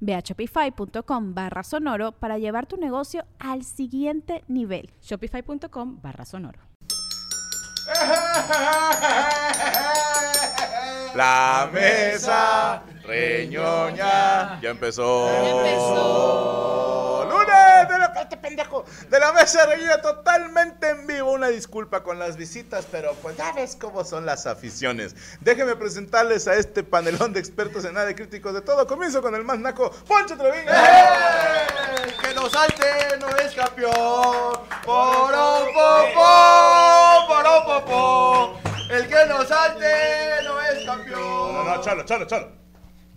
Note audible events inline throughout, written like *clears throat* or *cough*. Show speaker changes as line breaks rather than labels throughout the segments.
Ve a shopify.com barra sonoro para llevar tu negocio al siguiente nivel.
Shopify.com barra sonoro.
*laughs* La mesa reñoña ya empezó. Lunes de la este pendejo de la mesa reñoña totalmente en vivo. Una disculpa con las visitas, pero pues ya ves cómo son las aficiones. Déjenme presentarles a este panelón de expertos en nada y críticos de todo. Comienzo con el más naco, Poncho Treviño.
¡Eh!
que no salte, no es campeón. Poropopo, poropopo. El que no salte, no es campeón.
No, no, no, chalo, chalo, chalo.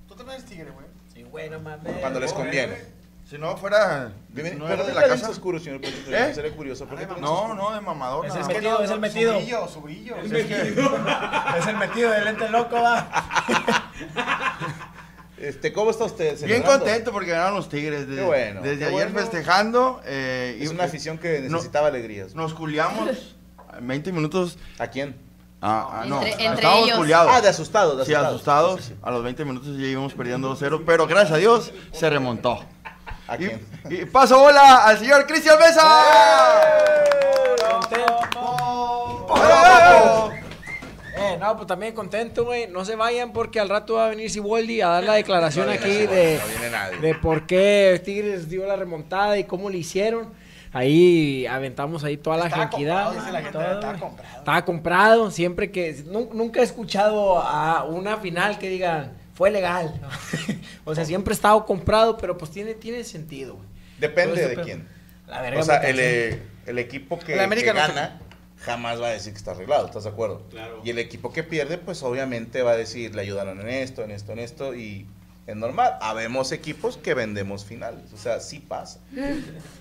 Tú también eres tigre, güey.
Sí, bueno, mames.
Cuando les conviene.
Si no fuera.
Dime,
no era
¿Pero de
de
la
la
casa
casa.
oscuro, señor Poncho Treviño?
¿Eh?
Seré curioso. ¿Por qué te luces
No, no, de mamador.
Es el
nada más.
metido, es el metido.
Su brillo, su brillo.
Es el metido. es el metido del ente loco, va.
Este, ¿Cómo está usted?
Bien
celebrando?
contento porque ganaron los Tigres. Desde,
Qué bueno,
desde
qué
ayer
bueno.
festejando. eh, y-
Es una afición que
No.
necesitaba alegrías.
Nos culiamos 20 minutos.
¿A quién?
Ah, ah, no.
Entre- entre
Estábamos
ellos.
culiados.
Ah, de asustado, de
Sí,
asustado.
asustados. A los 20 minutos ya íbamos perdiendo 2-0. Pero gracias a Dios se remontó.
¿A
Y,
quién?
y paso bola al señor Cristian Mesa. ¡Eh!
Eh, no, pues también contento, güey. No se vayan porque al rato va a venir Siboldi a dar la declaración
No viene
aquí
Siboldi,
Eh,
de,
no viene nadie.
de por qué Tigres dio la remontada y cómo le hicieron. Ahí aventamos ahí toda la tranquilidad. Estaba comprado. Estaba comprado. Siempre que. nu- nunca he escuchado a una final que digan fue legal. *laughs* o sea, siempre he estado comprado, pero pues tiene, tiene sentido, güey. Todo
Depende
este
de
pedo.
quién.
La verga.
O sea,
me
el,
cansó.
eh, el equipo que,
El América
que
no está-
gana jamás va a decir que está arreglado, ¿estás de acuerdo? Y el equipo que pierde, pues obviamente va a decir, le ayudaron en esto, en esto, en esto, y es normal. Habemos equipos que vendemos finales, o sea, sí pasa.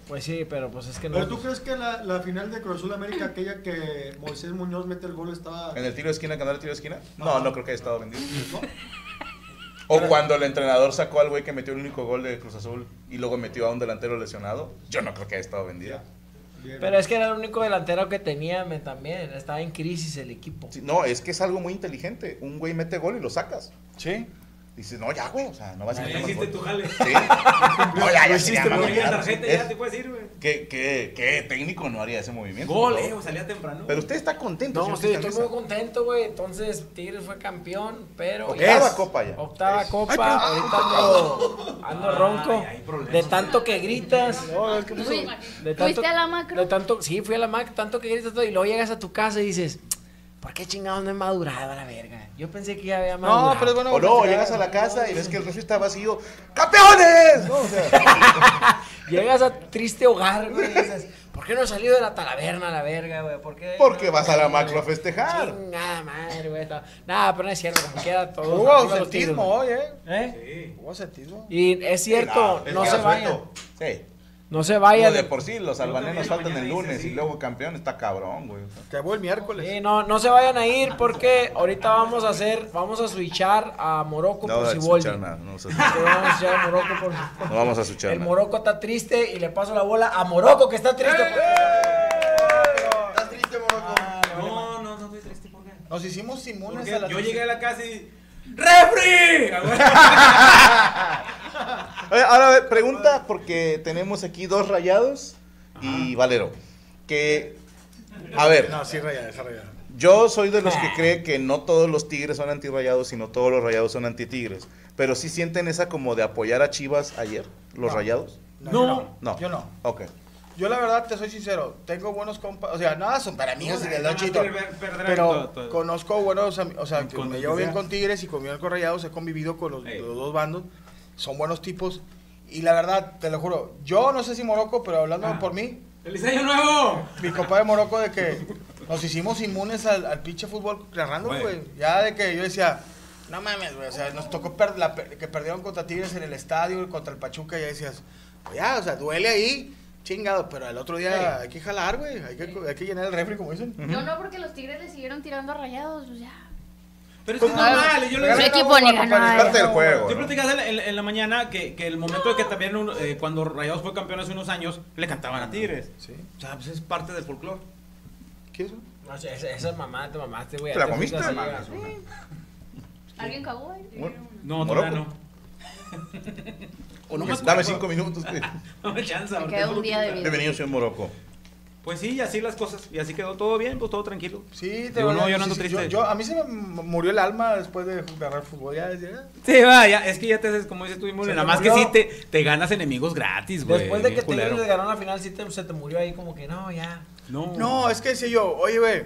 Pues sí, pero pues es que no.
¿Pero tú crees que la, la final de Cruz Azul América, aquella que Moisés Muñoz mete el gol, estaba...
¿En el tiro de esquina, ganar el tiro de esquina? No, no creo que haya estado vendido. O cuando el entrenador sacó al güey que metió el único gol de Cruz Azul y luego metió a un delantero lesionado, yo no creo que haya estado vendido.
Bien.
Pero es que era el único delantero que tenía me- también. Estaba en crisis el equipo.
Sí, No, es que es algo muy inteligente. Un güey mete gol y lo sacas. Sí. Dices, no, ya, güey, o sea, no vas a
Ya
meter más
hiciste
gol.
tu jale. *laughs*
Sí. No, ya, ya, sí, ya,
Te
mano,
ponía
ya,
tarjeta
es-
ya te puedes ir, güey.
¿Qué, qué, qué técnico no haría ese movimiento?
Gol,
¿no?
eh, o salía temprano.
Pero usted está contento.
No,
señor
sí, estoy
Cristian
muy
Mesa.
contento, güey. Entonces, Tigres fue campeón, pero...
Octava copa ya.
Octava
Es-
copa. Ahorita ando, ando ronco.
hay problemas.
De tanto que gritas.
Fui-
De
¿Fuiste a la macro?
De tanto, sí, fui a la macro, tanto que gritas todo, y luego llegas a tu casa y dices, ¿por qué chingados no he madurado a la verga? Yo pensé que ya había madurado.
No, pero es bueno.
O no, llegas a la casa y ves que el refri está vacío. ¡Campeones! No, o sea,
Llegas a triste hogar, güey, y dices, ¿por qué no he salido de la talaverna a la verga, güey? ¿Por qué?
porque vas a la macro a festejar.
Chingada madre, güey. no. Nada, pero no es cierto, como queda todo.
Hubo ausentismo hoy, ¿eh?
¿Eh?
Hubo ausentismo.
Y es cierto,
Nah,
no,
Ah, es
se
que
vayan.
asueto. Sí.
No se
Como
vayan.
de por sí, los albaneros
mañana
faltan el
dice,
lunes y
sí.
luego campeón está cabrón, güey.
Acabó el miércoles.
Sí, no, no se vayan a ir porque ahorita vamos a hacer, vamos a switchar a Morocco
No
por
vas a
Siboldi.
escuchar nada, no vas a
Sí,
escuchar.
vamos a switchar a Morocco
*laughs*
por
No vamos a escuchar
*laughs* El
nada.
Morocco está triste y le paso la bola a Morocco que está triste.
¡Eh!
¿Estás triste, Morocco?
Ah, No, no, no estoy triste, ¿por qué?
Nos hicimos inmunes
Porque
a la
yo llegué a la casa y... ¡Refri! Ah, güey.
Oye, ahora a ver, pregunta porque tenemos aquí dos rayados y Valero. Que, a ver,
No, sí, rayada, esa rayada.
yo soy de los que cree que no todos los tigres son antirrayados, sino todos los rayados son antitigres. Pero sí sienten esa como de apoyar a Chivas ayer, los rayados.
No, yo no.
No.
Yo no.
Ok.
Yo la verdad te soy sincero, tengo buenos compas, o sea, nada son para amigos y del
Nada más
Chito.
perder- perder todo,
Pero
todo.
conozco buenos, ami- o sea, que
Con
me
el
llevo
que
bien
sea.
con Tigres y con Miguel Correllados, he convivido con los,
Ey.
los dos bandos, son buenos tipos. Y la verdad, te lo juro, yo no sé si Morocco, pero hablando
Ah.
por mí,
*laughs* ¡Feliz año nuevo!
mi compa de Morocco de que nos hicimos inmunes al, al pinche fútbol narrando,
Güey.
güey. Ya de que yo decía, no mames, güey. O sea, nos tocó per- la per- que perdieron contra Tigres en el estadio, contra el Pachuca, y ya decías, pues ya, o sea, duele ahí, chingado, pero al otro día hay que jalar, güey. Hay que, hay que llenar el refri, como dicen.
No, no, porque los tigres le siguieron tirando a rayados, pues ya.
Pero es que es normal, yo lo
Su equipo ni ganó.
Es parte del juego.
Yo
¿no?
platicaba en, la- en la- en la mañana que, que el momento de que también uno, eh, cuando Rayados fue campeón hace unos años, le cantaban a Tigres.
Sí.
O sea, pues es parte del folclore.
¿Qué es eso?
No, esa, esa mamá, te mamaste, güey.
¿Te la
Te
comiste?
fuiste a
Mames,
llegar.
¿Alguien cagó ahí?
No,
Morocco.
todavía no. O no me
pues, Dame
acuerdo.
cinco minutos. güey.
No *laughs* me chance.
Me
ahorita
queda
no
un
lo
día de
quita.
vida.
Bienvenido, señor Morocco.
Pues sí, y así las cosas. Y así quedó todo bien, pues todo tranquilo.
Sí,
Digo,
voy a-
no, yo
sí,
no ando
sí,
triste.
yo- a mí se me m- murió el alma después de agarrar fútbol. Ya, ya.
Sí, va, ya, es que ya te haces, como dices tú, inmune.
Se
Nada
me
más que sí
murió.
te, te ganas enemigos gratis, güey.
Después de
bien
que
culero.
Tigres ganó la final, sí te- se te murió ahí como que no, ya.
No.
No, es que decía yo, oye, güey,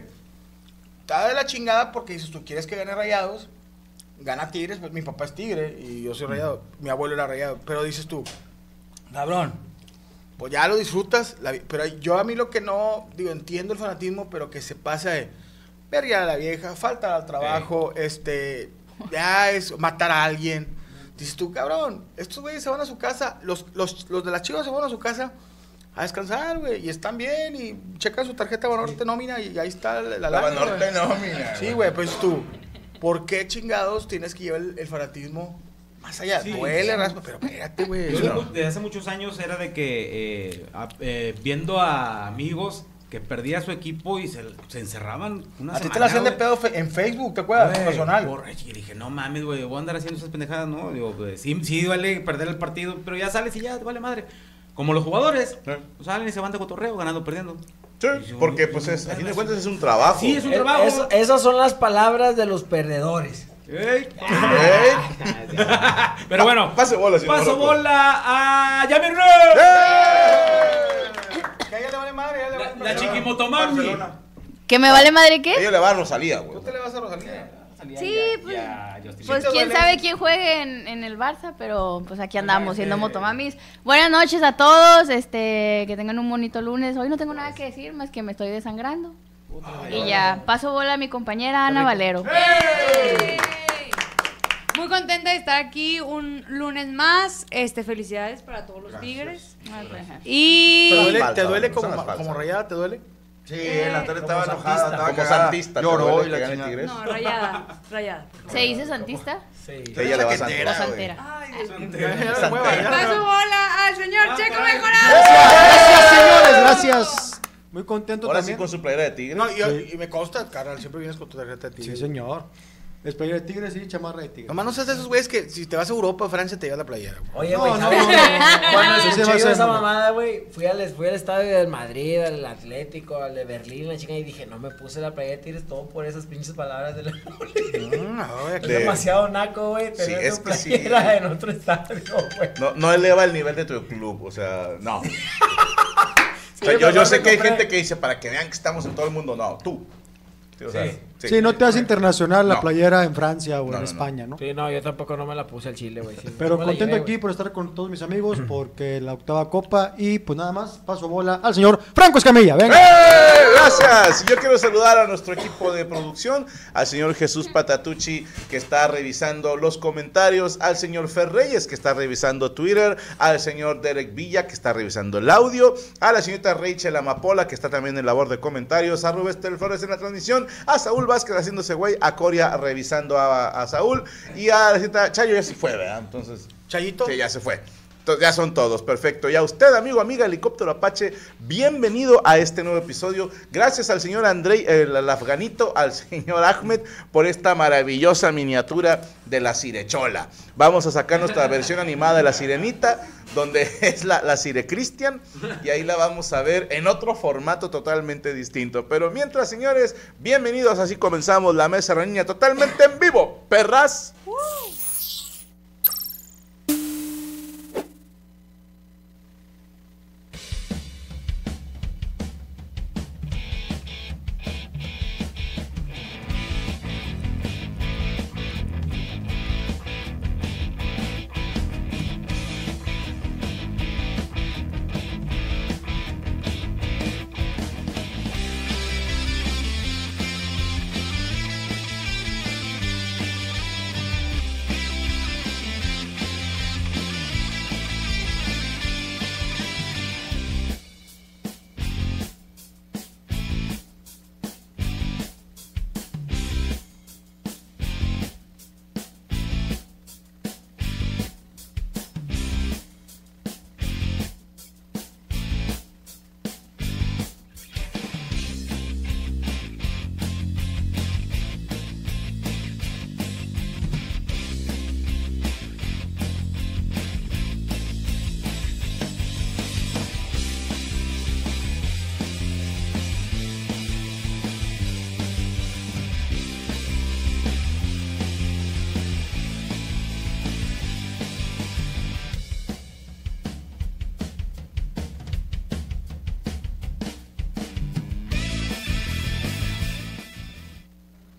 está de la chingada porque dices, tú quieres que gane Rayados, gana Tigres, pues mi papá es Tigre y yo soy Rayado, mi abuelo era Rayado, pero dices tú, cabrón, pues ya lo disfrutas, la vi- pero yo a mí lo que no, digo, entiendo el fanatismo, pero que se pasa de verga a la vieja, falta al trabajo, este, ya es matar a alguien. Dices tú, cabrón, estos güeyes se van a su casa, los, los, los de las chivas se van a su casa a descansar, güey, y están bien, y checan su tarjeta Banorte nómina y ahí está la, la
La
lana,
Banorte
güey.
pues.
nómina.
Sí, güey, pues tú, ¿por qué chingados tienes que llevar el, el fanatismo más allá?
Sí.
Duele, raspa, pero espérate, güey.
Yo
o
de-
sea,
desde hace muchos años era de que eh, a- eh, viendo a amigos que perdía su equipo y se, se encerraban una
A ti
semana.
te la hacían de
güey.
pedo fe- en Facebook, ¿te acuerdas?
Güey,
Personal.
por- y dije, no mames, güey, voy a andar haciendo esas pendejadas, ¿no? Digo, pues, sí, sí, vale perder el partido, pero ya sales y ya, vale madre. Como los jugadores,
Sí.
salen y se van de cotorreo, ganando, o perdiendo. Y
Sí,
yo-
porque
yo-
pues
yo-
es, a fin de cuentas es un trabajo.
Sí, es un
Es-
trabajo.
E, es- esas son las palabras de los perdedores.
Ey.
¿Eh?
Pero bueno,
Pase bola, señor
paso
Morocco.
bola a Yamir Ruiz.
¡Eh!
Que a ella le vale madre, a ella le
La,
vale
la
madre.
chiquimotomami.
¿Que me vale madre qué?
Ella le va a Rosalía, güey.
¿Tú te le vas a Rosalía?
Sí, pues-
Justin
Pues
te
quién
duele.
sabe quién juegue en, en el Barça, pero pues aquí andamos siendo motomamis. Buenas noches a todos, este, que tengan un bonito lunes. Hoy no tengo nada que decir más que me estoy desangrando. Y ya, paso bola a mi compañera Ana Valero.
Muy contenta de estar aquí un lunes más. Este, felicidades para todos los tigres. Y
¿Te duele,
Falsa,
te duele
güey,
como,
son las
como
falsas.
rayada? ¿Te duele?
Sí, la tele estaba
Como
enojada,
santista.
estaba
Como
cagada.
santista, ¿te
Lloró
duele
y
que
la
gane
chingada.
Tigres?
no, rayada, rayada.
¿Se dice santista?
Sí.
Ella le va a
O
Santera. güey.
santera.
Ya no le muevas, ya no le
Paso
muevas.
bola al
Ah,
señor Checo Mejorado.
Gracias, señores, gracias. Muy contento
Ahora sí
también.
con su playera de Tigres.
No, y, y me consta, carnal, siempre vienes con tu tarjeta de
Sí,
tigre.
señor. Despedida de tigres y chamarra de tigres.
Nomás no seas de esos güeyes que si te vas a Europa o Francia te llevas la playera. güey.
Oye,
No,
güey,
no,
¿sabes
no,
qué?
no.
Cuando
Sí,
se
sí,
echó
va a ser,
esa
no.
mamada, güey, fui al, fui al estadio del Madrid, al Atlético, al de Berlín, la chica, y dije, no me puse la playera de Tigres todo por esas pinches palabras de la... *laughs*
Mm, ay,
Es
aquí-
De-
demasiado naco, güey, tener
Eh, Sí, es
tu
que sí.
playera en otro estadio, güey.
No, no eleva el nivel de tu club, o sea,
*laughs*
no. O sea, yo, yo sé que hay gente que dice para que vean que estamos en todo el mundo, no, tú. Sí, o sea,
Sí.
sí.
Sí, no te hace internacional la
No.
playera en Francia o
No, no,
en
no.
España, ¿no?
Sí, no, yo tampoco no me la puse al Chile, güey. sí,
Pero
no me la
contento
llevé,
aquí
güey.
por estar con todos mis amigos porque la octava copa y pues nada más paso bola al señor Franco Escamilla. Venga.
¡Eh! Gracias. Yo quiero saludar a nuestro equipo de producción, al señor Jesús Patatucci que está revisando los comentarios, al señor Fer Reyes que está revisando Twitter, al señor Derek Villa que está revisando el audio, a la señorita Rachel Amapola que está también en labor de comentarios, a Rubén Estel Flores en la transmisión, a Saúl Vázquez haciéndose güey, a Coria revisando a, a Saúl y a la señorita Chayo ya se fue, ¿verdad? Entonces,
Chayito.
Sí, ya se fue. Entonces, ya son todos, perfecto. Y a usted, amigo, amiga, helicóptero Apache, bienvenido a este nuevo episodio. Gracias al señor Andrei, el, al afganito, al *laughs* señor Ahmed, por esta maravillosa miniatura de la Cirechola. Vamos a sacar nuestra versión animada de la Sirenita, donde *laughs* es la, la Cire Cristian, y ahí la vamos a ver en otro formato totalmente distinto. Pero mientras, señores, bienvenidos. Así comenzamos la mesa reñida totalmente en vivo. Perras.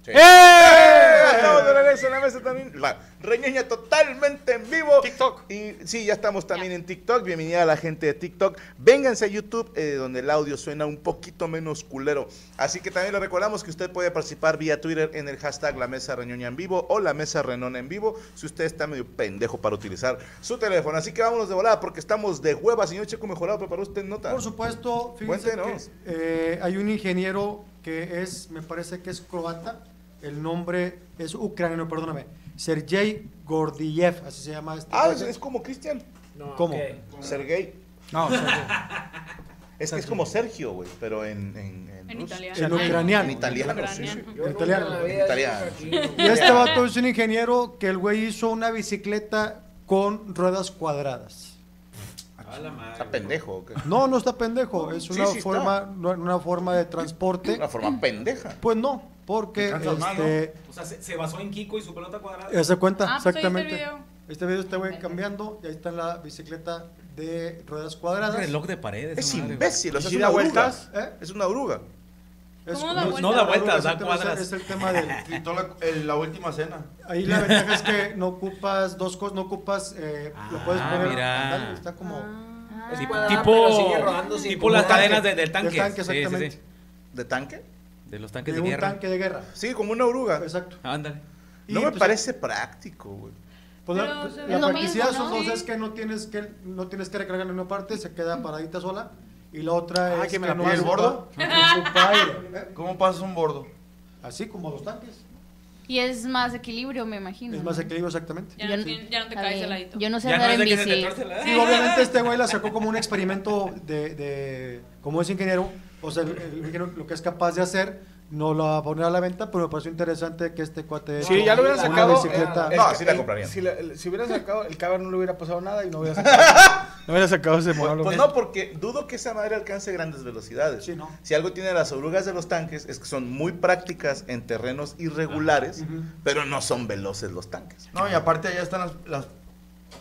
¡Eh! Estamos de regreso en la mesa también. La reñeña totalmente en vivo. TikTok. Y sí, ya estamos también en TikTok. Bienvenida a la gente de TikTok. Vénganse a YouTube, eh, donde el audio suena un poquito menos culero. Así que también le recordamos que usted puede participar vía Twitter en el hashtag La Mesa Reñoña en vivo o La Mesa Renona en vivo, si usted está medio pendejo para utilizar su teléfono. Así que vámonos de volada, porque estamos de hueva. Señor Checo Mejorado, ¿preparó usted nota?
Por supuesto, fíjense
Cuéntenos.
que, eh, hay un ingeniero que es, me parece que es croata, el nombre es ucraniano, perdóname, Sergei Gordiev, así se llama este.
Ah, es,
cuate.
es como Cristian.
¿Cómo?
Sergey.
No, Sergey.
*laughs* es que es como Sergio, güey, pero en, en, en,
En
ruso.
italiano. En ucraniano.
En italiano, sí, sí.
Ucraniano. En italiano.
En italiano.
*laughs* Y este vato es un ingeniero que el güey hizo una bicicleta con ruedas cuadradas.
Está pendejo. ¿o qué?
No, no está
*laughs*
pendejo, es
Sí,
una
sí está.
forma, una forma de transporte.
*laughs* Una forma pendeja.
Pues no, porque
Alcanzas mal,
este,
¿no? O sea, se, se basó en Kiko y su pelota cuadrada.
Ya se cuenta,
Ah, pues ahí está el
exactamente. Este video está güey, cambiando y ahí está la bicicleta de ruedas cuadradas.
Un reloj de paredes.
Es
esa madre,
imbécil, o
güey.
sea, es una oruga.
¿Eh?
Es una oruga.
Es
¿Cómo da No, no da vueltas? vueltas, da
Exactamente, o sea,
cuadras.
Es el tema del...
Gritó la, el- la última cena.
Ahí la ventaja es que no ocupas dos cosas, no ocupas... eh, lo puedes
Ah,
poner...
mira.
ándale, está como...
Ah,
Es Tipo- cuadrada, tipo- Ah, pero sigue rodando sin tipo las como cadenas tanque. de- del
Del
tanque.
tanque,
Sí, sí, sí.
exactamente.
¿De tanque?
De los tanques
De
de,
un
guerra.
tanque de guerra.
Sí, como una oruga.
Exacto.
Ándale.
No me parece práctico, güey.
Pues la-
Pero
pues,
se
la,
ve lo
practicidad
mismo,
de
¿no?
esos dos es que no tienes que no tienes que recargar en una parte, se queda paradita sola. Y la otra
Ah,
es
que me la
no
pone el
ocupa-
bordo.
no ocupa aire.
¿Cómo pasas un bordo?
Así como los tanques.
Y es más equilibrio, me imagino.
Es más equilibrio exactamente.
Ya no
Sí.
tiene- ya no te caes de ladito. Yo no sé
Ya
andar
no
en
es de que se te
bici.
tuerce la-
Digo, obviamente este güey la sacó como un experimento de, de- como es ingeniero, o sea, el, el ingeniero lo que es capaz de hacer, no lo va a poner a la venta, pero me pareció interesante que este cuate
Sí, ya lo hubieran
una
sacado.
bicicleta.
eh, el- el- Si, la- el- si hubieran sacado, el caber no le hubiera pasado nada y no hubiera sacado. no hubiera sacado ese monólogo.
Pues no, porque dudo que esa madre alcance grandes velocidades. Si algo tiene las orugas de los tanques es que son muy prácticas en terrenos irregulares, pero no son veloces los tanques.
No, y aparte allá están las, las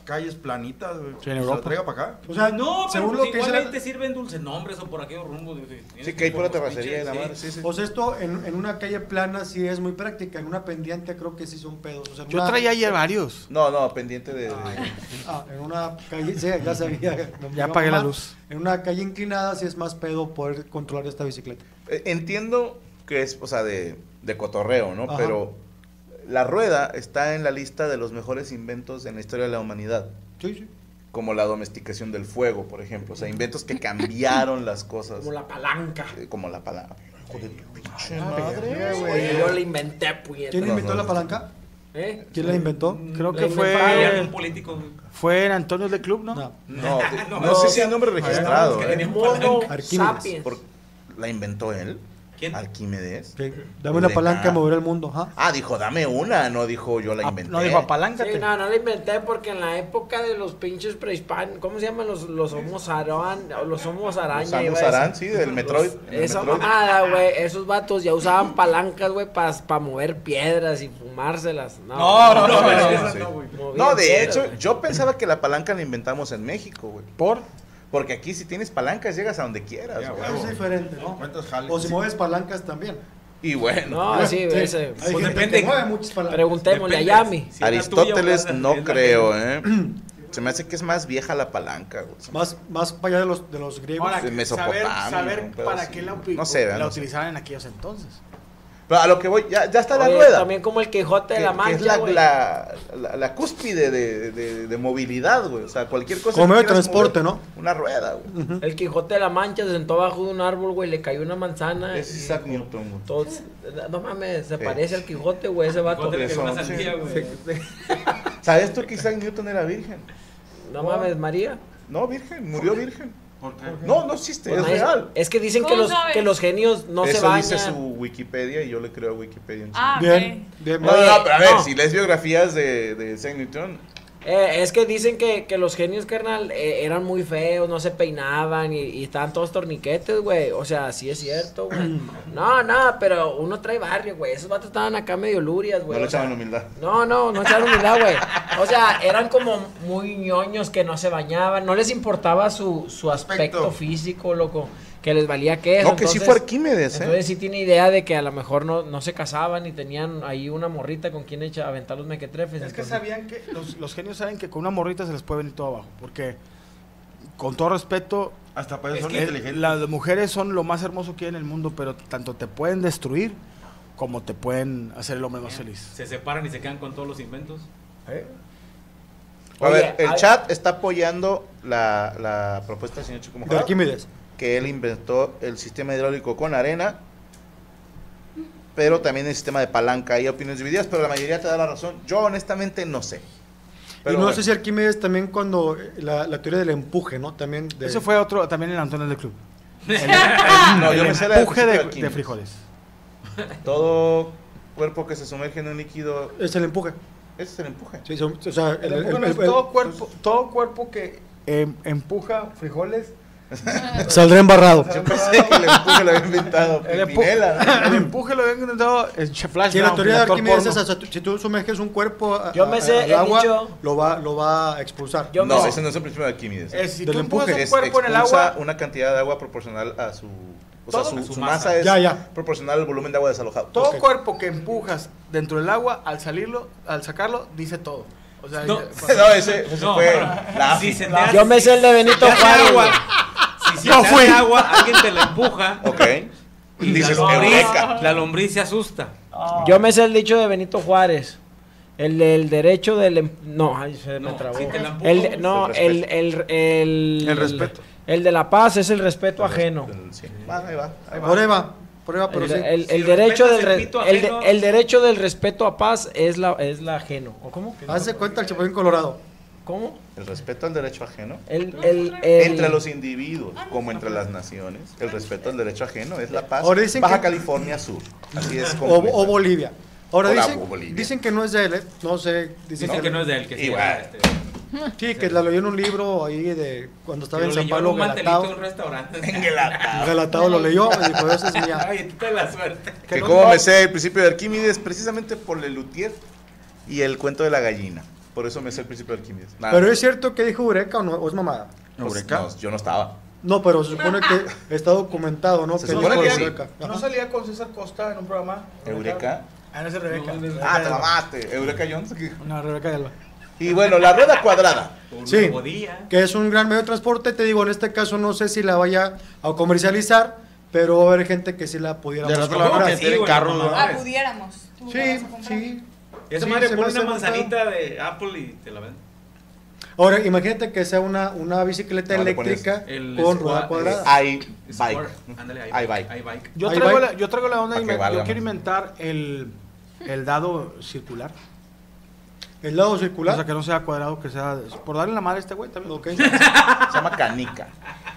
calles planitas, güey.
Sí, en
Se
Europa.
lo traiga para acá.
O sea,
No, pero
Ah, según
pues
lo que dice la-
igualmente sirven dulce nombres o por aquellos rumbos.
Sí, que hay pura terracería y la madre, sí, sí.
O sea, esto en, en una calle plana sí es muy práctica, en una pendiente creo que sí son pedos. O sea, en
Yo
una-
traía ayer
varios.
No, no, pendiente de.
Ah, en una calle, sí,
*laughs*
ya sabía. no me
Ya
iba a
apagué la
mamar.
luz.
En una calle inclinada sí es más pedo poder controlar esta bicicleta.
Eh, Entiendo que es, o sea, de, de cotorreo, ¿no?
Ajá.
Pero la rueda está en la lista de los mejores inventos en la historia de la humanidad.
Sí, sí.
Como la domesticación del fuego, por ejemplo. O sea, inventos que cambiaron las cosas.
Como la palanca.
Eh, Como la palanca. Hijo de tu pinche
Ah,
Madre,
madre,
güey.
güey.
Yo la inventé, puñeta.
¿Quién
No,
inventó
no,
la
no.
palanca?
¿Eh?
¿Quién la inventó?
Creo
La
que
inventaron
fue.
un político, güey.
Fue en Antonio de Club, ¿no?
No,
No, no, sé si el nombre registrado.
que
¿eh?
tenía un Mono palanca.
Arquímedes.
sapiens.
Por- ¿La inventó él? ¿Quién? Arquímedes.
Dame una
De-
palanca,
ah.
mover el mundo. ajá.
Ah, dijo, dame una. No dijo, yo
Ah,
la inventé.
No dijo apaláncate.
Sí, no, no la inventé porque en la época de los pinches prehispanos, ¿cómo se llaman los, los homos aran, o los homos araña?
Los Samus
iba a decir?
Aran, sí, del Metroid, en el
esa
Metroid.
mamada, güey, esos vatos ya usaban palancas, güey, para mover piedras y fumárselas. No,
no, no, no, no,
sí.
no,
Movían
No, de
piedras,
hecho,
güey.
yo pensaba que la palanca la inventamos en México, güey.
¿Por?
Porque aquí si tienes palancas llegas a donde quieras,
Ya,
güey.
huevo.
Es diferente, ¿no? O si mueves palancas también.
Y bueno.
No, sí,
Sí.
ese-
Hay gente que mueve muchas palancas.
Preguntémosle a Yami.
Aristóteles no creo, ¿eh? Se me hace que es más vieja la palanca, güey.
Más, más para allá de los, de los griegos.
Ahora, De Mesopotamia,
Saber, saber
pues, un pedo
para
así.
qué la, upi-
No sé, ¿verdad?
la
No sé.
utilizaban en aquellos entonces.
Pero a lo que voy, ya, ya está la
Oye,
rueda.
También como el Quijote
que,
de la
que
Mancha,
es la,
güey.
la, la- la cúspide de, de- de movilidad, güey. O sea, cualquier cosa.
Como
que
medio de
quieras
transporte,
mover, Una rueda, güey.
El Quijote de la Mancha se sentó abajo de un árbol, güey, le cayó una manzana.
Es
y-
Isaac Newton, güey.
todo- no mames, se
Sí.
parece al Quijote, güey, ese vato.
Quijote le cayó una
Sí.
sandía, güey.
Sí.
¿Sabes tú que Isaac Newton era virgen?
No mames, María.
No, virgen, murió virgen. No, no existe,
Pues
es
nadie-
real.
Es que dicen que
¿Cómo
los,
sabes?
que los genios no se
Eso
bañan.
dice su Wikipedia y yo le creo a Wikipedia. en su-
Ah,
Bien, bien.
No, no, no, pero a ver,
No.
si lees biografías de, de Isaac Newton,
Eh, es que dicen que, que los genios, carnal, eh, eran muy feos, no se peinaban y, y estaban todos torniquetes, güey. O sea, sí es cierto, güey. *clears throat* No, no, pero uno trae barrio, güey. Esos vatos estaban acá medio lurias,
no
güey.
le
o sea,
echaban humildad.
No, no, no echaron humildad, güey. O sea, eran como muy ñoños que no se bañaban, no les importaba su, su aspecto
Aspecto.
físico, loco. que les valía queso.
No, que sí fue Arquímedes, ¿eh?
Entonces sí tiene idea de que a lo mejor no, no se casaban y tenían ahí una morrita con quien echa aventar los mequetrefes.
Es que
entonces-
sabían que los, los genios saben que con una morrita se les puede venir todo abajo. Porque, con todo respeto.
Hasta para eso
es
son
que
inteligentes.
Las mujeres son lo más hermoso que hay en el mundo, pero tanto te pueden destruir como te pueden hacer el hombre más feliz.
Se separan y se quedan con todos los inventos.
A
Oye,
ver, el
a-
chat está apoyando la, la propuesta del señor Chico Mojado.
De Arquímedes.
Que él inventó el sistema hidráulico con arena, pero también el sistema de palanca. Hay opiniones divididas, pero la mayoría te da la razón. Yo honestamente no sé.
y
Pero
no
bueno.
sé si Arquímedes también cuando eh, la, la teoría del empuje, ¿no? También de...
Ese fue otro, también en Antonio del Club.
*laughs*
No, yo me sé la del
empuje de,
principio de
de frijoles.
Todo cuerpo que se sumerge en un líquido...
Es el empuje.
Ese es el empuje.
Sí, son- o sea, el-
El empuje
el-
no es
el-
todo cuerpo, todo cuerpo que em- empuja frijoles.
Saldrá embarrado.
Saldrá
Yo pensé que el empuje lo había
inventado
El, empu-
Pimpinela, ¿no?
el empuje lo había inventado en Che- Flash
Sí, la
Brown,
teoría
el
de
actor
Arquímedes es,
porno.
o sea, tú- si tú sumerges un cuerpo a-
Yo me
a-
sé
al
el
agua,
dicho-
lo va, lo va a expulsar.
no, ese no es el principio de Arquímedes.
Eh, si
Del tú empujas empuje. un
Es-
cuerpo en el
expulsa
agua-
una cantidad de agua proporcional a su... O sea,
Todo-
su,
a su
su
masa.
masa, es
Ya, ya.
proporcional al volumen de agua desalojado.
Todo cuerpo que empujas dentro del agua, al salirlo, al sacarlo, dice todo. O sea,
No,
dice-
no, ese- ese fue la-
Si se te
la-
hace-
Yo me sé el de Benito
si se te hace
Juárez,
agua- Si se
Yo
te
fui.
hace agua, alguien te la empuja.
*laughs* Ok.
Y *laughs*
Dices,
la, lombriz,
"Eureka".
la lombriz se asusta.
Yo me sé el dicho de Benito Juárez. El del derecho del... em- No, ay, se me trabó.
si te la empujo,
el, de- no,
es
el,
el
el, el...
El respeto.
El de la paz es el respeto ajeno.
Va, ahí va. ahí va.
Prueba, prueba, pero
El,
sí.
el- el
Si
derecho del
respetas el
re-
pito
el de-
ajeno-
el derecho del respeto a paz es la es la ajeno. ¿O cómo?
Hace cuenta el Chapulín Colorado.
¿Cómo?
El respeto al derecho ajeno.
El,
entre los individuos, como entre las naciones, el respeto al derecho ajeno es la paz.
Ahora dicen
Baja
que-
California Sur. Así es
O,
como.
o Bolivia. Ahora
Hola,
dicen,
Bolivia.
dicen que no es de él, ¿eh? no sé. Dicen
Dicen que no es de él, que sí,
Igual.
este.
Sí, que la leyó en un libro ahí de cuando estaba
Que
en
lo
San
leyó en
Pablo
un mantelito de
Galatao.
un restaurante.
Galatao lo leyó y dijo, esa es mía.
*laughs* Ay, tú te la suerte.
Que como me sé el principio de Arquímedes, precisamente por Lelutier y el cuento de la gallina. Por eso me sé el principio de Arquímedes. Nada
Pero
más.
es cierto que dijo Eureka o, no, o es mamada.
Pues, no, yo no estaba.
No, pero se supone que está documentado, ¿no?
Se
que
supone
dijo
que sí.
Eureka.
¿No salía con César Costa en un programa?
Eureka.
Ah, no es Rebeca.
Ah, te mamaste. Eureka Jones.
No, Rebeca Alba.
Y bueno, la rueda cuadrada.
Sí, que es un gran medio de transporte. Te digo, en este caso no sé si la vaya a comercializar, pero va a haber gente que sí la pudiera
De rato la van a meter en carros, ¿no?
Pues.
Ah, pudiéramos. Tú
Sí,
vas a comprar.
sí.
Esa
Sí,
madre
se me
pone
hace
una
avanzado.
manzanita de Apple y te la venden.
Ahora, imagínate que sea una, una
Ah,
bicicleta
No, le pones
eléctrica
el
con
squad-
rueda cuadrada.
Hay
Sport.
bike.
Ándale, ahí
Hay
bike,
bike.
ahí bike.
Yo
Ahí
traigo,
va.
la, yo traigo la onda
Pa'
y
que
me-
valga
yo quiero
más.
inventar el, el dado circular.
¿El lado circular?
O sea, que no sea cuadrado, que sea... Por darle la madre a este güey también.
Se llama canica.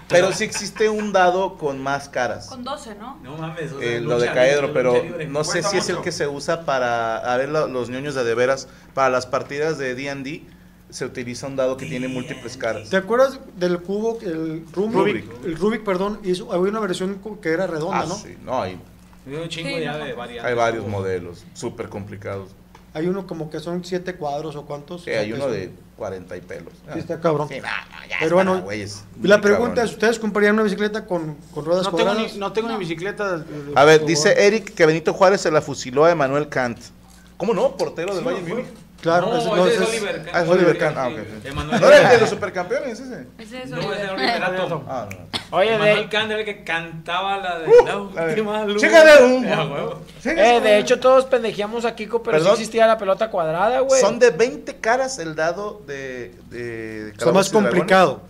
Pero sí existe un dado con más caras.
Con 12, ¿no?
No mames. o sea,
Eh, lo
lucha
de caedro,
libre, lucha
pero
libre.
no sé
Cuesta
si es el
mucho.
que se usa para, a ver, lo- los ñoños de de veras, para las partidas de D&D se utiliza un dado que tiene múltiples caras.
¿Te acuerdas del cubo, el Rubik?
Rubik.
El Rubik, perdón, hizo, había una versión cu- que era redonda,
Ah,
¿no?
sí, no, hay,
Yo un chingo
Sí,
ya
no.
de variantes.
hay varios modelos súper complicados.
Hay uno como que son siete cuadros o cuántos.
Sí, hay
Que
uno
son-
de 40 y pelos. Ah,
Sí, está cabrón.
Sí, no, no, ya
Pero
es
bueno,
para güeyes
y la
muy
pregunta
cabrones.
es, ¿ustedes comprarían una bicicleta con, con ruedas
No tengo,
cuadradas?
ni, no tengo ni bicicleta. eh,
A ver,
por
dice Eric que Benito Juárez se la fusiló a Emanuel Kant. ¿Cómo no? Portero del
Sí,
Bayern
no fue.
Múnich.
Claro,
No, ese es Oliver Kahn.
Ah, es Oliver Kahn, ah, ok.
Sí, Emanuel
¿No era el de
Kahn.
los supercampeones ese?
Ese es
No, ese es
Oliver.
Oliver Atom.
Ah, no.
Oye,
Manuel
de-
Kahn era el que cantaba la de
Uh,
la
la de-
última luz.
Chécale un-
Eh, a huevo.
Eh, de hecho todos pendejeamos a Kiko, pero sí
Perdón.
existía la pelota cuadrada, güey. Eh,
Son de 20 caras el dado de. de
Está
Calabozos
más
y Dragones.
complicado.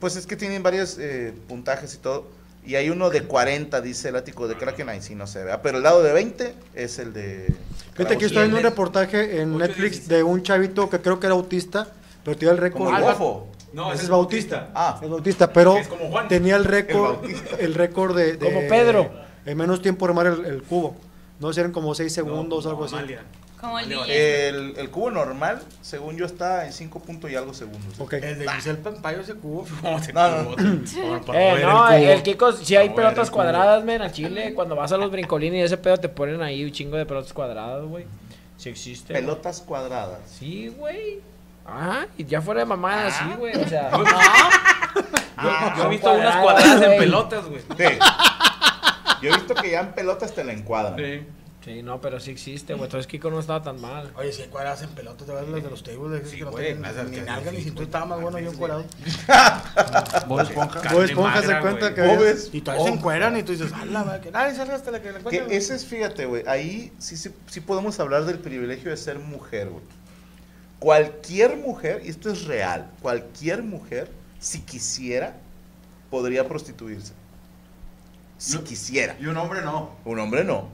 Pues es que tienen varios eh, puntajes y todo. Y hay uno de 40, dice el ático de Kraken. Ahí sí no se vea. Pero el dado de 20 es el de.
Fíjate que
Calabozos y
estoy viendo un
Dragones.
reportaje en Netflix de un chavito que creo que era autista, pero tenía el récord.
Como el bofo.
No,
ese
ese
es
es
Bautista.
Ah.
Es Bautista, pero
Es como Juan.
tenía el
El
récord,
Bautista.
el récord de, de-
Como Pedro.
En menos tiempo armar el, el cubo. Ah, No sé, eran como 6 segundos, algo así.
Como el DJ.
El, el cubo normal, según yo, está en 5 puntos y algo segundos.
Ok.
El de Giselle Pampayo ese
*laughs*
cubo.
No, no, no.
Eh, no, el,
el *laughs*
Kiko, si hay
Para mover
pelotas
el cubo.
cuadradas, men, a Chile, cuando vas a los brincolines y ese pedo te ponen ahí un chingo de pelotas cuadradas, güey. Si existe. Ah, güey.
Pelotas cuadradas. Ah.
Sí, güey. Ajá, y ya fuera de mamada, sí, güey. O sea,
Ah, yo he visto unas cuadradas en pelotas, güey.
Sí. Yo he visto que ya en pelotas te la encuadran.
Sí. no, pero sí existe, güey. Entonces Kiko no estaba tan mal.
Oye, si hay cuadradas en pelotas, te vas a las de los tables. Sí, que no tienen ni nalga ni cintura. Estaba más bueno yo encuadrado.
Bob Esponja.
Bob Esponja se
cuenta que es-
Y Oh. todavía
Oh.
se
Ojo.
encueran y tú dices, ¡hala, va! Que nadie salga hasta la que
Que
la encuentren.
ese es, fíjate, güey, ahí sí, se- sí podemos hablar del privilegio de ser mujer, güey. Cualquier mujer, y esto es real, cualquier mujer, si quisiera, podría prostituirse. Si quisiera.
Y un hombre no.
Un hombre no.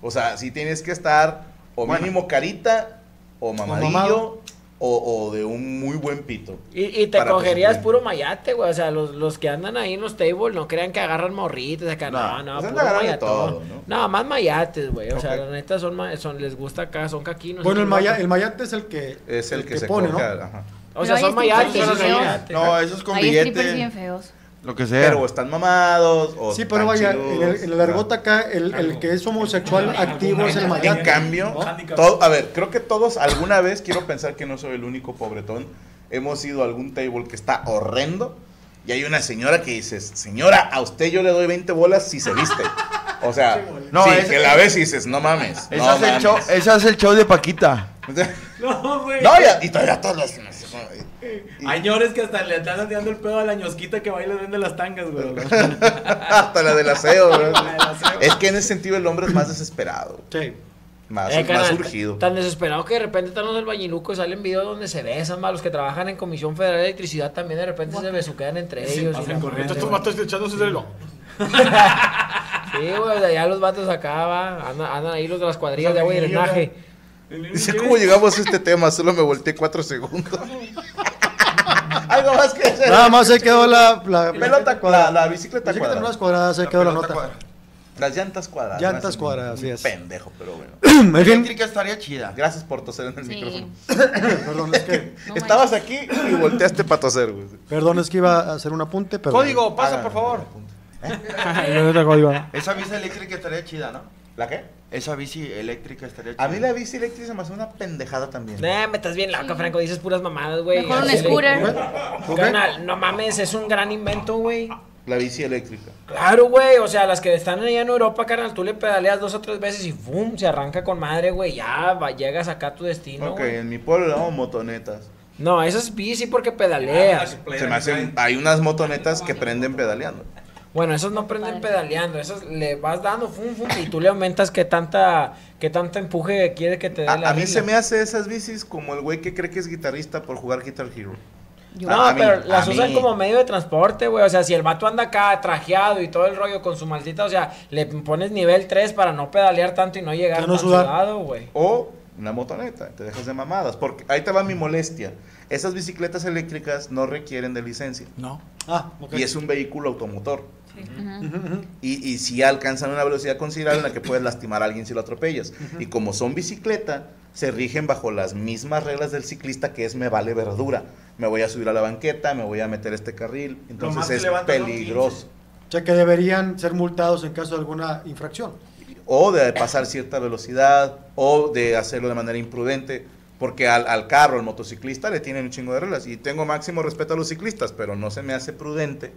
O sea, si tienes que estar o
Bueno.
mínimo carita, o mamadillo,
mamado.
o, o de un muy buen pito.
Y, y te
Para
cogerías
prostituir.
puro mayate, güey. O sea, los, los que andan ahí en los tables no crean que agarran morritos acá. No, no,
pues
puro
anda agarrando
mayatón.
todo, ¿no?
No, más mayates, güey. O sea,
Ok.
la neta son, ma- son les gusta acá, son caquinos.
Bueno, el,
Esos
maya-
vatos.
el mayate es el que,
Es el que, se
pone,
coge,
¿no?
ajá.
O sea, son mayates. son mayates.
No, esos con
Hay strippers este bien
billete.
feos.
Lo que sea.
este,
Pero o están mamados, o
Sí, pero
están
vaya,
chidos,
en el, en el argot acá, el, el que es homosexual activo es el mayate.
En cambio, todo- a ver, creo que todos alguna vez, quiero pensar que no soy el único pobretón, hemos ido a algún table que está horrendo y hay una señora que dices, señora, a usted yo le doy 20 bolas si se viste. O sea,
No,
sí,
ese-
que la ves y dices, no mames.
Ese
no
es el
mames".
show, ese es el show de Paquita.
No, güey.
No, ya- y todavía todos los...
Hay ñores que hasta le están tirando el pedo a la ñosquita que va y les vende las
*laughs*
*laughs*
tangas, güey.
*laughs* Hasta la del aseo, güey. Es que en ese sentido el hombre es más desesperado.
Sí.
Más,
Eh,
más
carnal,
urgido.
Tan desesperado que de repente están los albañilucos, salen videos donde se besan, ma, los que trabajan en Comisión Federal de Electricidad también de repente se besuquean entre
Se
ellos.
pasan
y la
corriendo,
madre,
Estos
güey.
matos echándose el reloj.
Sí, güey, de allá los vatos acá, va, andan, andan ahí los de las cuadrillas de agua y
albañiles,
drenaje.
*laughs* Dice, ¿cómo llegamos a este tema? Solo me volteé cuatro segundos. *laughs* Algo más que hacer.
Nada más se quedó la, la
Pelota, la, la bicicleta
Bicicleta en
cuadrada.
unas cuadradas, se quedó la nota.
Las llantas cuadradas.
Llantas
Gracias,
cuadradas,
un
así es.
Pendejo, pero bueno.
En fin,
Eléctrica estaría chida.
Gracias por toser en el
Sí.
micrófono.
perdón, es que,
Estabas aquí y volteaste para toser, güey.
perdón, es que iba a hacer un apunte, pero...
Código, pasa, por favor.
Esa bici eléctrica estaría chida, ¿no?
¿La qué?
Esa bici eléctrica estaría chida.
A mí la bici eléctrica se me hace una pendejada también.
Nah, Eh, me estás bien loca, Franco, dices puras mamadas, güey.
Mejor un
Así le-
scooter.
Carnal, no mames, es un gran invento, güey.
La bici eléctrica.
Claro, güey, o sea, las que están allá en Europa, carnal, tú le pedaleas dos o tres veces y ¡bum! Se arranca con madre, güey, ya va- llegas acá a tu destino,
ok,
güey.
en mi pueblo le llamamos motonetas.
No, eso es bici porque pedaleas.
Se me hacen, hay unas motonetas que prenden pedaleando.
Bueno, esos no prenden pedaleando, esos le vas dando fum fum y tú le aumentas que tanta que tanto empuje quiere que te dé la
A, a mí
regla.
se me hace esas bicis como el güey que cree que es guitarrista por jugar Guitar Hero.
No,
A- a mí,
pero las
a
usan
mí.
como medio de transporte, güey. O sea, si el vato anda acá trajeado y todo el rollo con su maldita, o sea, le pones nivel 3 para no pedalear tanto y no llegar
Ya no
tan
sudar.
sudado, güey.
O una motoneta, te dejas de mamadas. Porque ahí te va mi molestia. Esas bicicletas eléctricas no requieren de licencia.
No.
Ah, ok.
Y es un vehículo automotor.
Ajá.
Y, y si alcanzan una velocidad considerable en la que puedes lastimar a alguien si lo atropellas. Y como son bicicleta, se rigen bajo las mismas reglas del ciclista que es me vale verdura. Me voy a subir a la banqueta, me voy a meter a este carril. Entonces
que
es
levantan son
peligroso.
O sea, que deberían ser multados en caso de alguna infracción.
O de pasar cierta velocidad, o de hacerlo de manera imprudente. Porque al, al carro, al motociclista, le tienen un chingo de reglas. Y tengo máximo respeto a los ciclistas, pero no se me hace prudente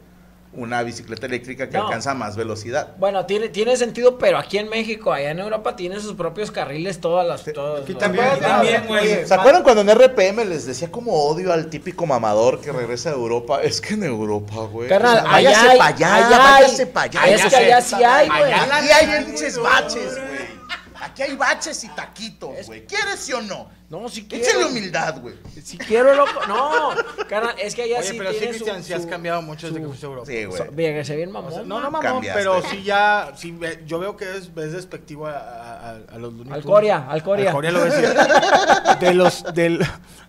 una bicicleta eléctrica que
No.
alcanza más velocidad.
Bueno, tiene, tiene sentido, pero aquí en México, allá en Europa, tienen sus propios carriles todas las... todos
aquí
los-
también.
Aquí también, güey.
¿Se acuerdan cuando en RPM les decía como odio al típico mamador que regresa a Europa? Es que en Europa, güey.
Carnal,
O sea, váyase
allá hay-
pa' allá,
allá
váyase
hay-
pa' allá.
allá es que allá sí hay, güey.
Aquí hay pinches baches, güey. Aquí hay baches y taquitos, güey. ¿Quieres sí o no?
No, si
Échale
quiero.
humildad, güey.
Si quiero, loco. No, carnal, es que allá
Oye,
sí
pero sí,
tiene su-
Cristian, sí has
su-
cambiado mucho desde
su-
que fuiste a Europa.
Sí, *laughs* güey.
su- Bien, que se ve bien mamón.
O sea, no, no
ma.
mamón,
Cambiaste.
pero sí ya, sí, ve- yo veo que es, ves despectivo a, a- a- a los lunes.
Al Corea, al Corea.
lo ves. y- De los, del-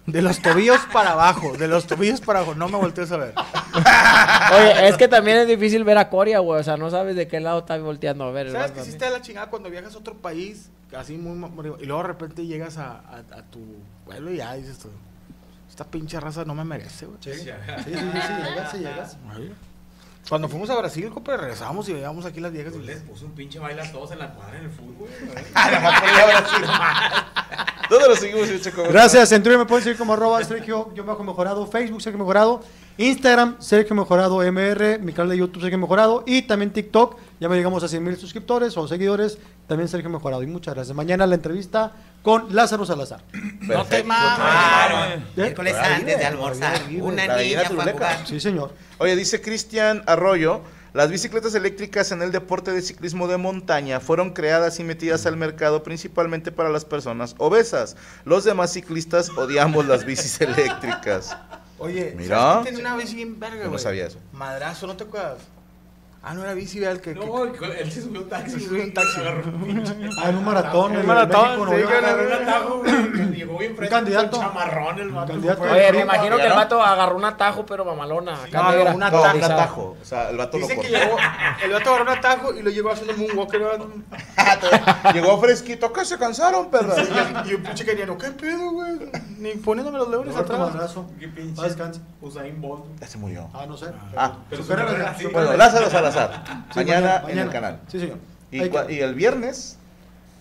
de los tobillos para abajo, de los tobillos para abajo, no me voltees a ver.
*laughs* Oye, es que también es difícil ver a Corea, güey. O sea, no sabes de qué lado está volteando a ver. el
¿Sabes
vato
que sí
también.
está de la chingada cuando viajas a otro país, así muy... ma- muy- Y luego de repente llegas a, a- a tu pueblo y ya dices tú, esta pinche raza no me merece, güey.
Sí, sí, sí, sí, llegas, sí, llegas.
Ay. Cuando fuimos a Brasil, compa, regresamos y veíamos aquí las viejas.
Yo les puse un pinche baile a todos en la cuadra en el fútbol, güey.
Ah, ¿Dónde lo seguimos, Checo?
Gracias, en Twitter me pueden seguir como arroba Sergio, yo bajo mejorado, Facebook Sergio Mejorado, Instagram, Sergio Mejorado MR, mi canal de YouTube Sergio Mejorado y también TikTok. Ya me llegamos a 100 mil suscriptores o seguidores, también Sergio Mejorado. Y muchas gracias. Mañana la entrevista con Lázaro Salazar.
No te
Ah,
mames. Miércoles antes de almorzar. Una
La gallina
niña fue a
turuleca.
jugar.
Sí, señor.
Oye, dice Cristian Arroyo, las bicicletas eléctricas en el deporte de ciclismo de montaña fueron creadas y metidas al mercado principalmente para las personas obesas. Los demás ciclistas odiamos las bicis *laughs* eléctricas.
Oye,
Mira.
Mira. Tenía una bici bien verga,
Yo
güey.
no sabía eso.
Madrazo, ¿no te acuerdas? Ah, no era bici, vea el que.
No, él se subió un
*laughs*
taxi.
subió un taxi. *laughs*
Ah, en un maratón. en México, Nueva York.
Llegó bien
fresco, candidato. con
chamarrón el vato.
candidato.
Oye, me imagino que el
¿Ya no?
vato agarró un atajo, pero mamalona.
No,
negra.
un atajo.
un atajo. O sea, el vato
Dice
lo
que
cortó. *laughs*
llegó, el vato agarró un atajo y lo llevó haciendo un walker.
Ah, Llegó fresquito. ¿Qué se cansaron, perra?
Y un pinche queriano, ¿qué pedo, güey? Ni poniéndome los leones
Roberto
atrás.
Madrazo.
Qué
Paz, descanse.
Usain Bolt.
Ya se murió.
Ah, no sé.
Ah,
Su carrera, su
bueno,
carrera.
Lázaro Salazar.
Sí,
mañana, en el
mañana.
canal.
Sí, señor.
Y,
Hay que-
cua- y el viernes.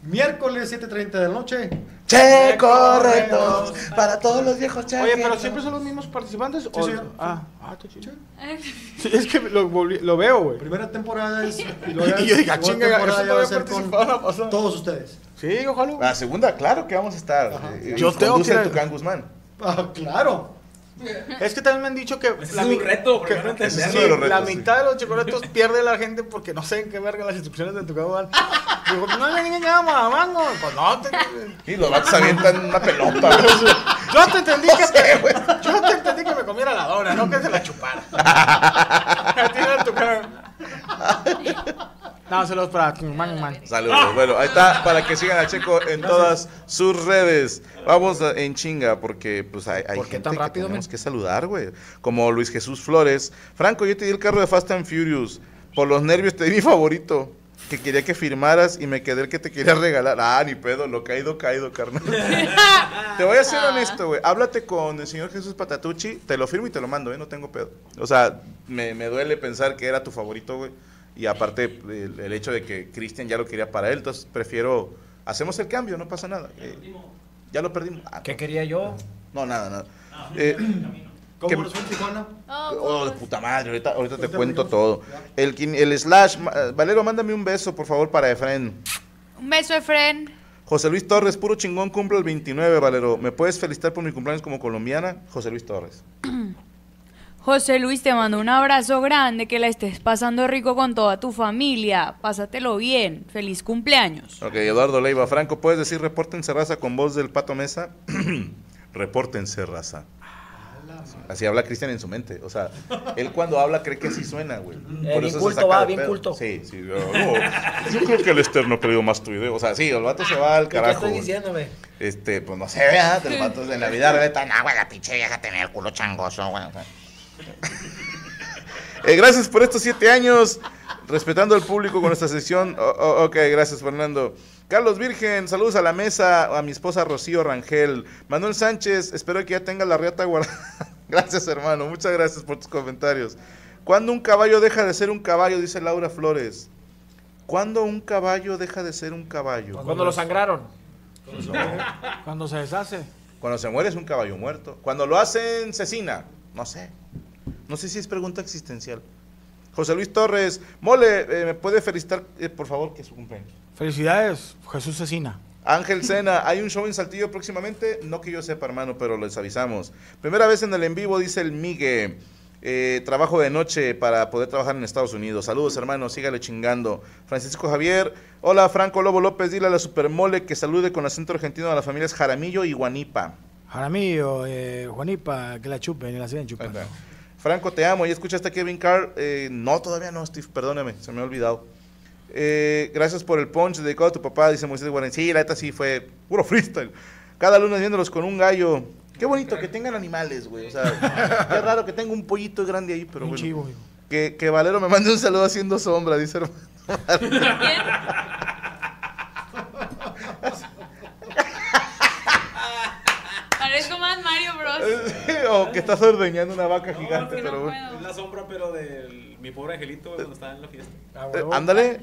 Miércoles 7.30 de la noche.
Che, correcto. Para todos los viejos che.
Oye, pero siempre son los mismos participantes. o-
señor.
Ah, ah, está chido. Sí, es que lo, volví- lo veo, güey.
Primera temporada es.
*laughs*
Y,
Y yo dije,
segunda
chinga, eso
temporada ya va a
todavía
ser con
participaba la pasada.
todos ustedes.
Sí, ojalá.
La segunda, claro que vamos a estar. Eh,
Yo tengo
conduce
que-
el Tucán Guzmán.
Ah, claro.
Es que también me han dicho que.
Ese
la
es
mi-
un reto, porque
que-
no lo
que-
entendemos.
sí,
Uno de los retos,
la
sí.
mitad de los chocoretos pierde la gente porque no sé en qué verga las instrucciones de tu cabrón. Digo, no le digan nada, mamango. Pues no, te,
Y los vatos avientan una pelota. güey.
yo te entendí
*laughs*
que. yo te entendí que me comiera la dona, no que se la
*laughs*
chupara. A ti no, tu cabrón. No, se los para tu man, man.
Ah.
Saludos. Bueno, ahí está para que sigan a Checo en todas sus redes. Vamos a- en chinga porque pues hay, hay
¿Por qué
gente
tan rápido,
que tenemos que saludar, güey. Como Luis Jesús Flores. Franco, yo te di el carro de Fast and Furious. Por los nervios te di mi favorito. Que quería que firmaras y me quedé el que te quería regalar. Ah, ni pedo, lo caído, caído,
*laughs*
carnal. te voy a ser honesto, güey. Háblate con el señor Jesús Patatucci, te lo firmo y te lo mando, ¿eh? No tengo pedo. O sea, me, me duele pensar que era tu favorito, güey. Y aparte, el, el hecho de que Cristian ya lo quería para él, entonces prefiero. Hacemos el cambio, no pasa nada. Eh, ya lo perdimos. Ah,
¿Qué quería yo?
no, nada, nada. Eh, que-
¿Cómo nos fue en Tijuana?
Oh,
pues.
de puta madre, ahorita, ahorita te
Ahorita
cuento
venimos.
todo. El, quin- el slash, ma- Valero, mándame un beso, por favor, para Efren.
Un beso, Efren.
José Luis Torres, puro chingón, cumple el 29, Valero. ¿Me puedes felicitar por mi cumpleaños como colombiana? José Luis Torres.
José Luis, te mando un abrazo grande, que la estés pasando rico con toda tu familia. Pásatelo bien. Feliz cumpleaños.
Ok, Eduardo Leiva. Franco, ¿puedes decir repórtense raza con voz del Pato Mesa? *clears throat* repórtense raza. Así habla Cristian en su mente. O sea, él cuando habla cree que así suena, güey. Por
bien
eso se
culto,
saca
va,
de
bien
pedo.
culto.
Sí, sí. Yo, no, yo creo que el externo creyó más tu idea. O sea, sí, el vato se va al
¿Qué
carajo.
estoy
güey.
diciendo, güey?
Este, pues no sé, ¿verdad? El vato en la vida real está, "Nah, güey,
La pinche vieja tenía el culo changoso, güey. o sea.
Eh, gracias por estos siete años, respetando al público con esta sesión. O- o- oh, ok, gracias Fernando. Carlos Virgen, saludos a la mesa, a mi esposa Rocío Rangel. Manuel Sánchez, espero que ya tenga la reata guardada. *laughs* gracias hermano, muchas gracias por tus comentarios. ¿Cuándo un caballo deja de ser un caballo? Dice Laura Flores. ¿Cuándo un caballo deja de ser un caballo?
Cuando lo sangraron.
Cuando se deshace.
Cuando se muere es un caballo muerto. Cuando lo hacen, cecina. No sé. No sé si es pregunta existencial. José Luis Torres, mole, eh, ¿me puede felicitar, eh, por favor, que es su cumpleaños?
Felicidades, Jesús Cecina.
Ángel Sena, hay un show en Saltillo próximamente. No que yo sepa, hermano, pero les avisamos. Primera vez en el en vivo, dice el Migue. Eh, trabajo de noche para poder trabajar en Estados Unidos. Saludos, hermano, sígale chingando. Francisco Javier, hola, Franco Lobo López, dile a la Supermole que salude con acento argentino a las familias Jaramillo y Guanipa.
Jaramillo, eh, Juanipa, que la chupen y la sigan
Ahí
chupando.
está. Franco, te amo. ¿Y escuchaste a Kevin Carr? Eh, no, todavía no, Steve. Perdóname, se me ha olvidado. Eh, gracias por el punch dedicado a tu papá, dice Moisés Guarén. Sí, la neta sí fue puro *laughs* freestyle. Cada lunes viéndolos con un gallo. Qué bonito que tengan animales, güey. O sea,
*laughs*
qué raro que tenga un pollito grande ahí, pero
Un
bueno.
chivo. hijo.
Que, que Valero me mande un saludo haciendo sombra, dice *laughs* hermano.
*laughs* Parezco más Mario Bros.
o que estás ordeñando una vaca gigante,
que no
pero bueno.
puedo.
Es la sombra, pero de mi pobre angelito güey, cuando estaba en la fiesta.
Eh, ándale,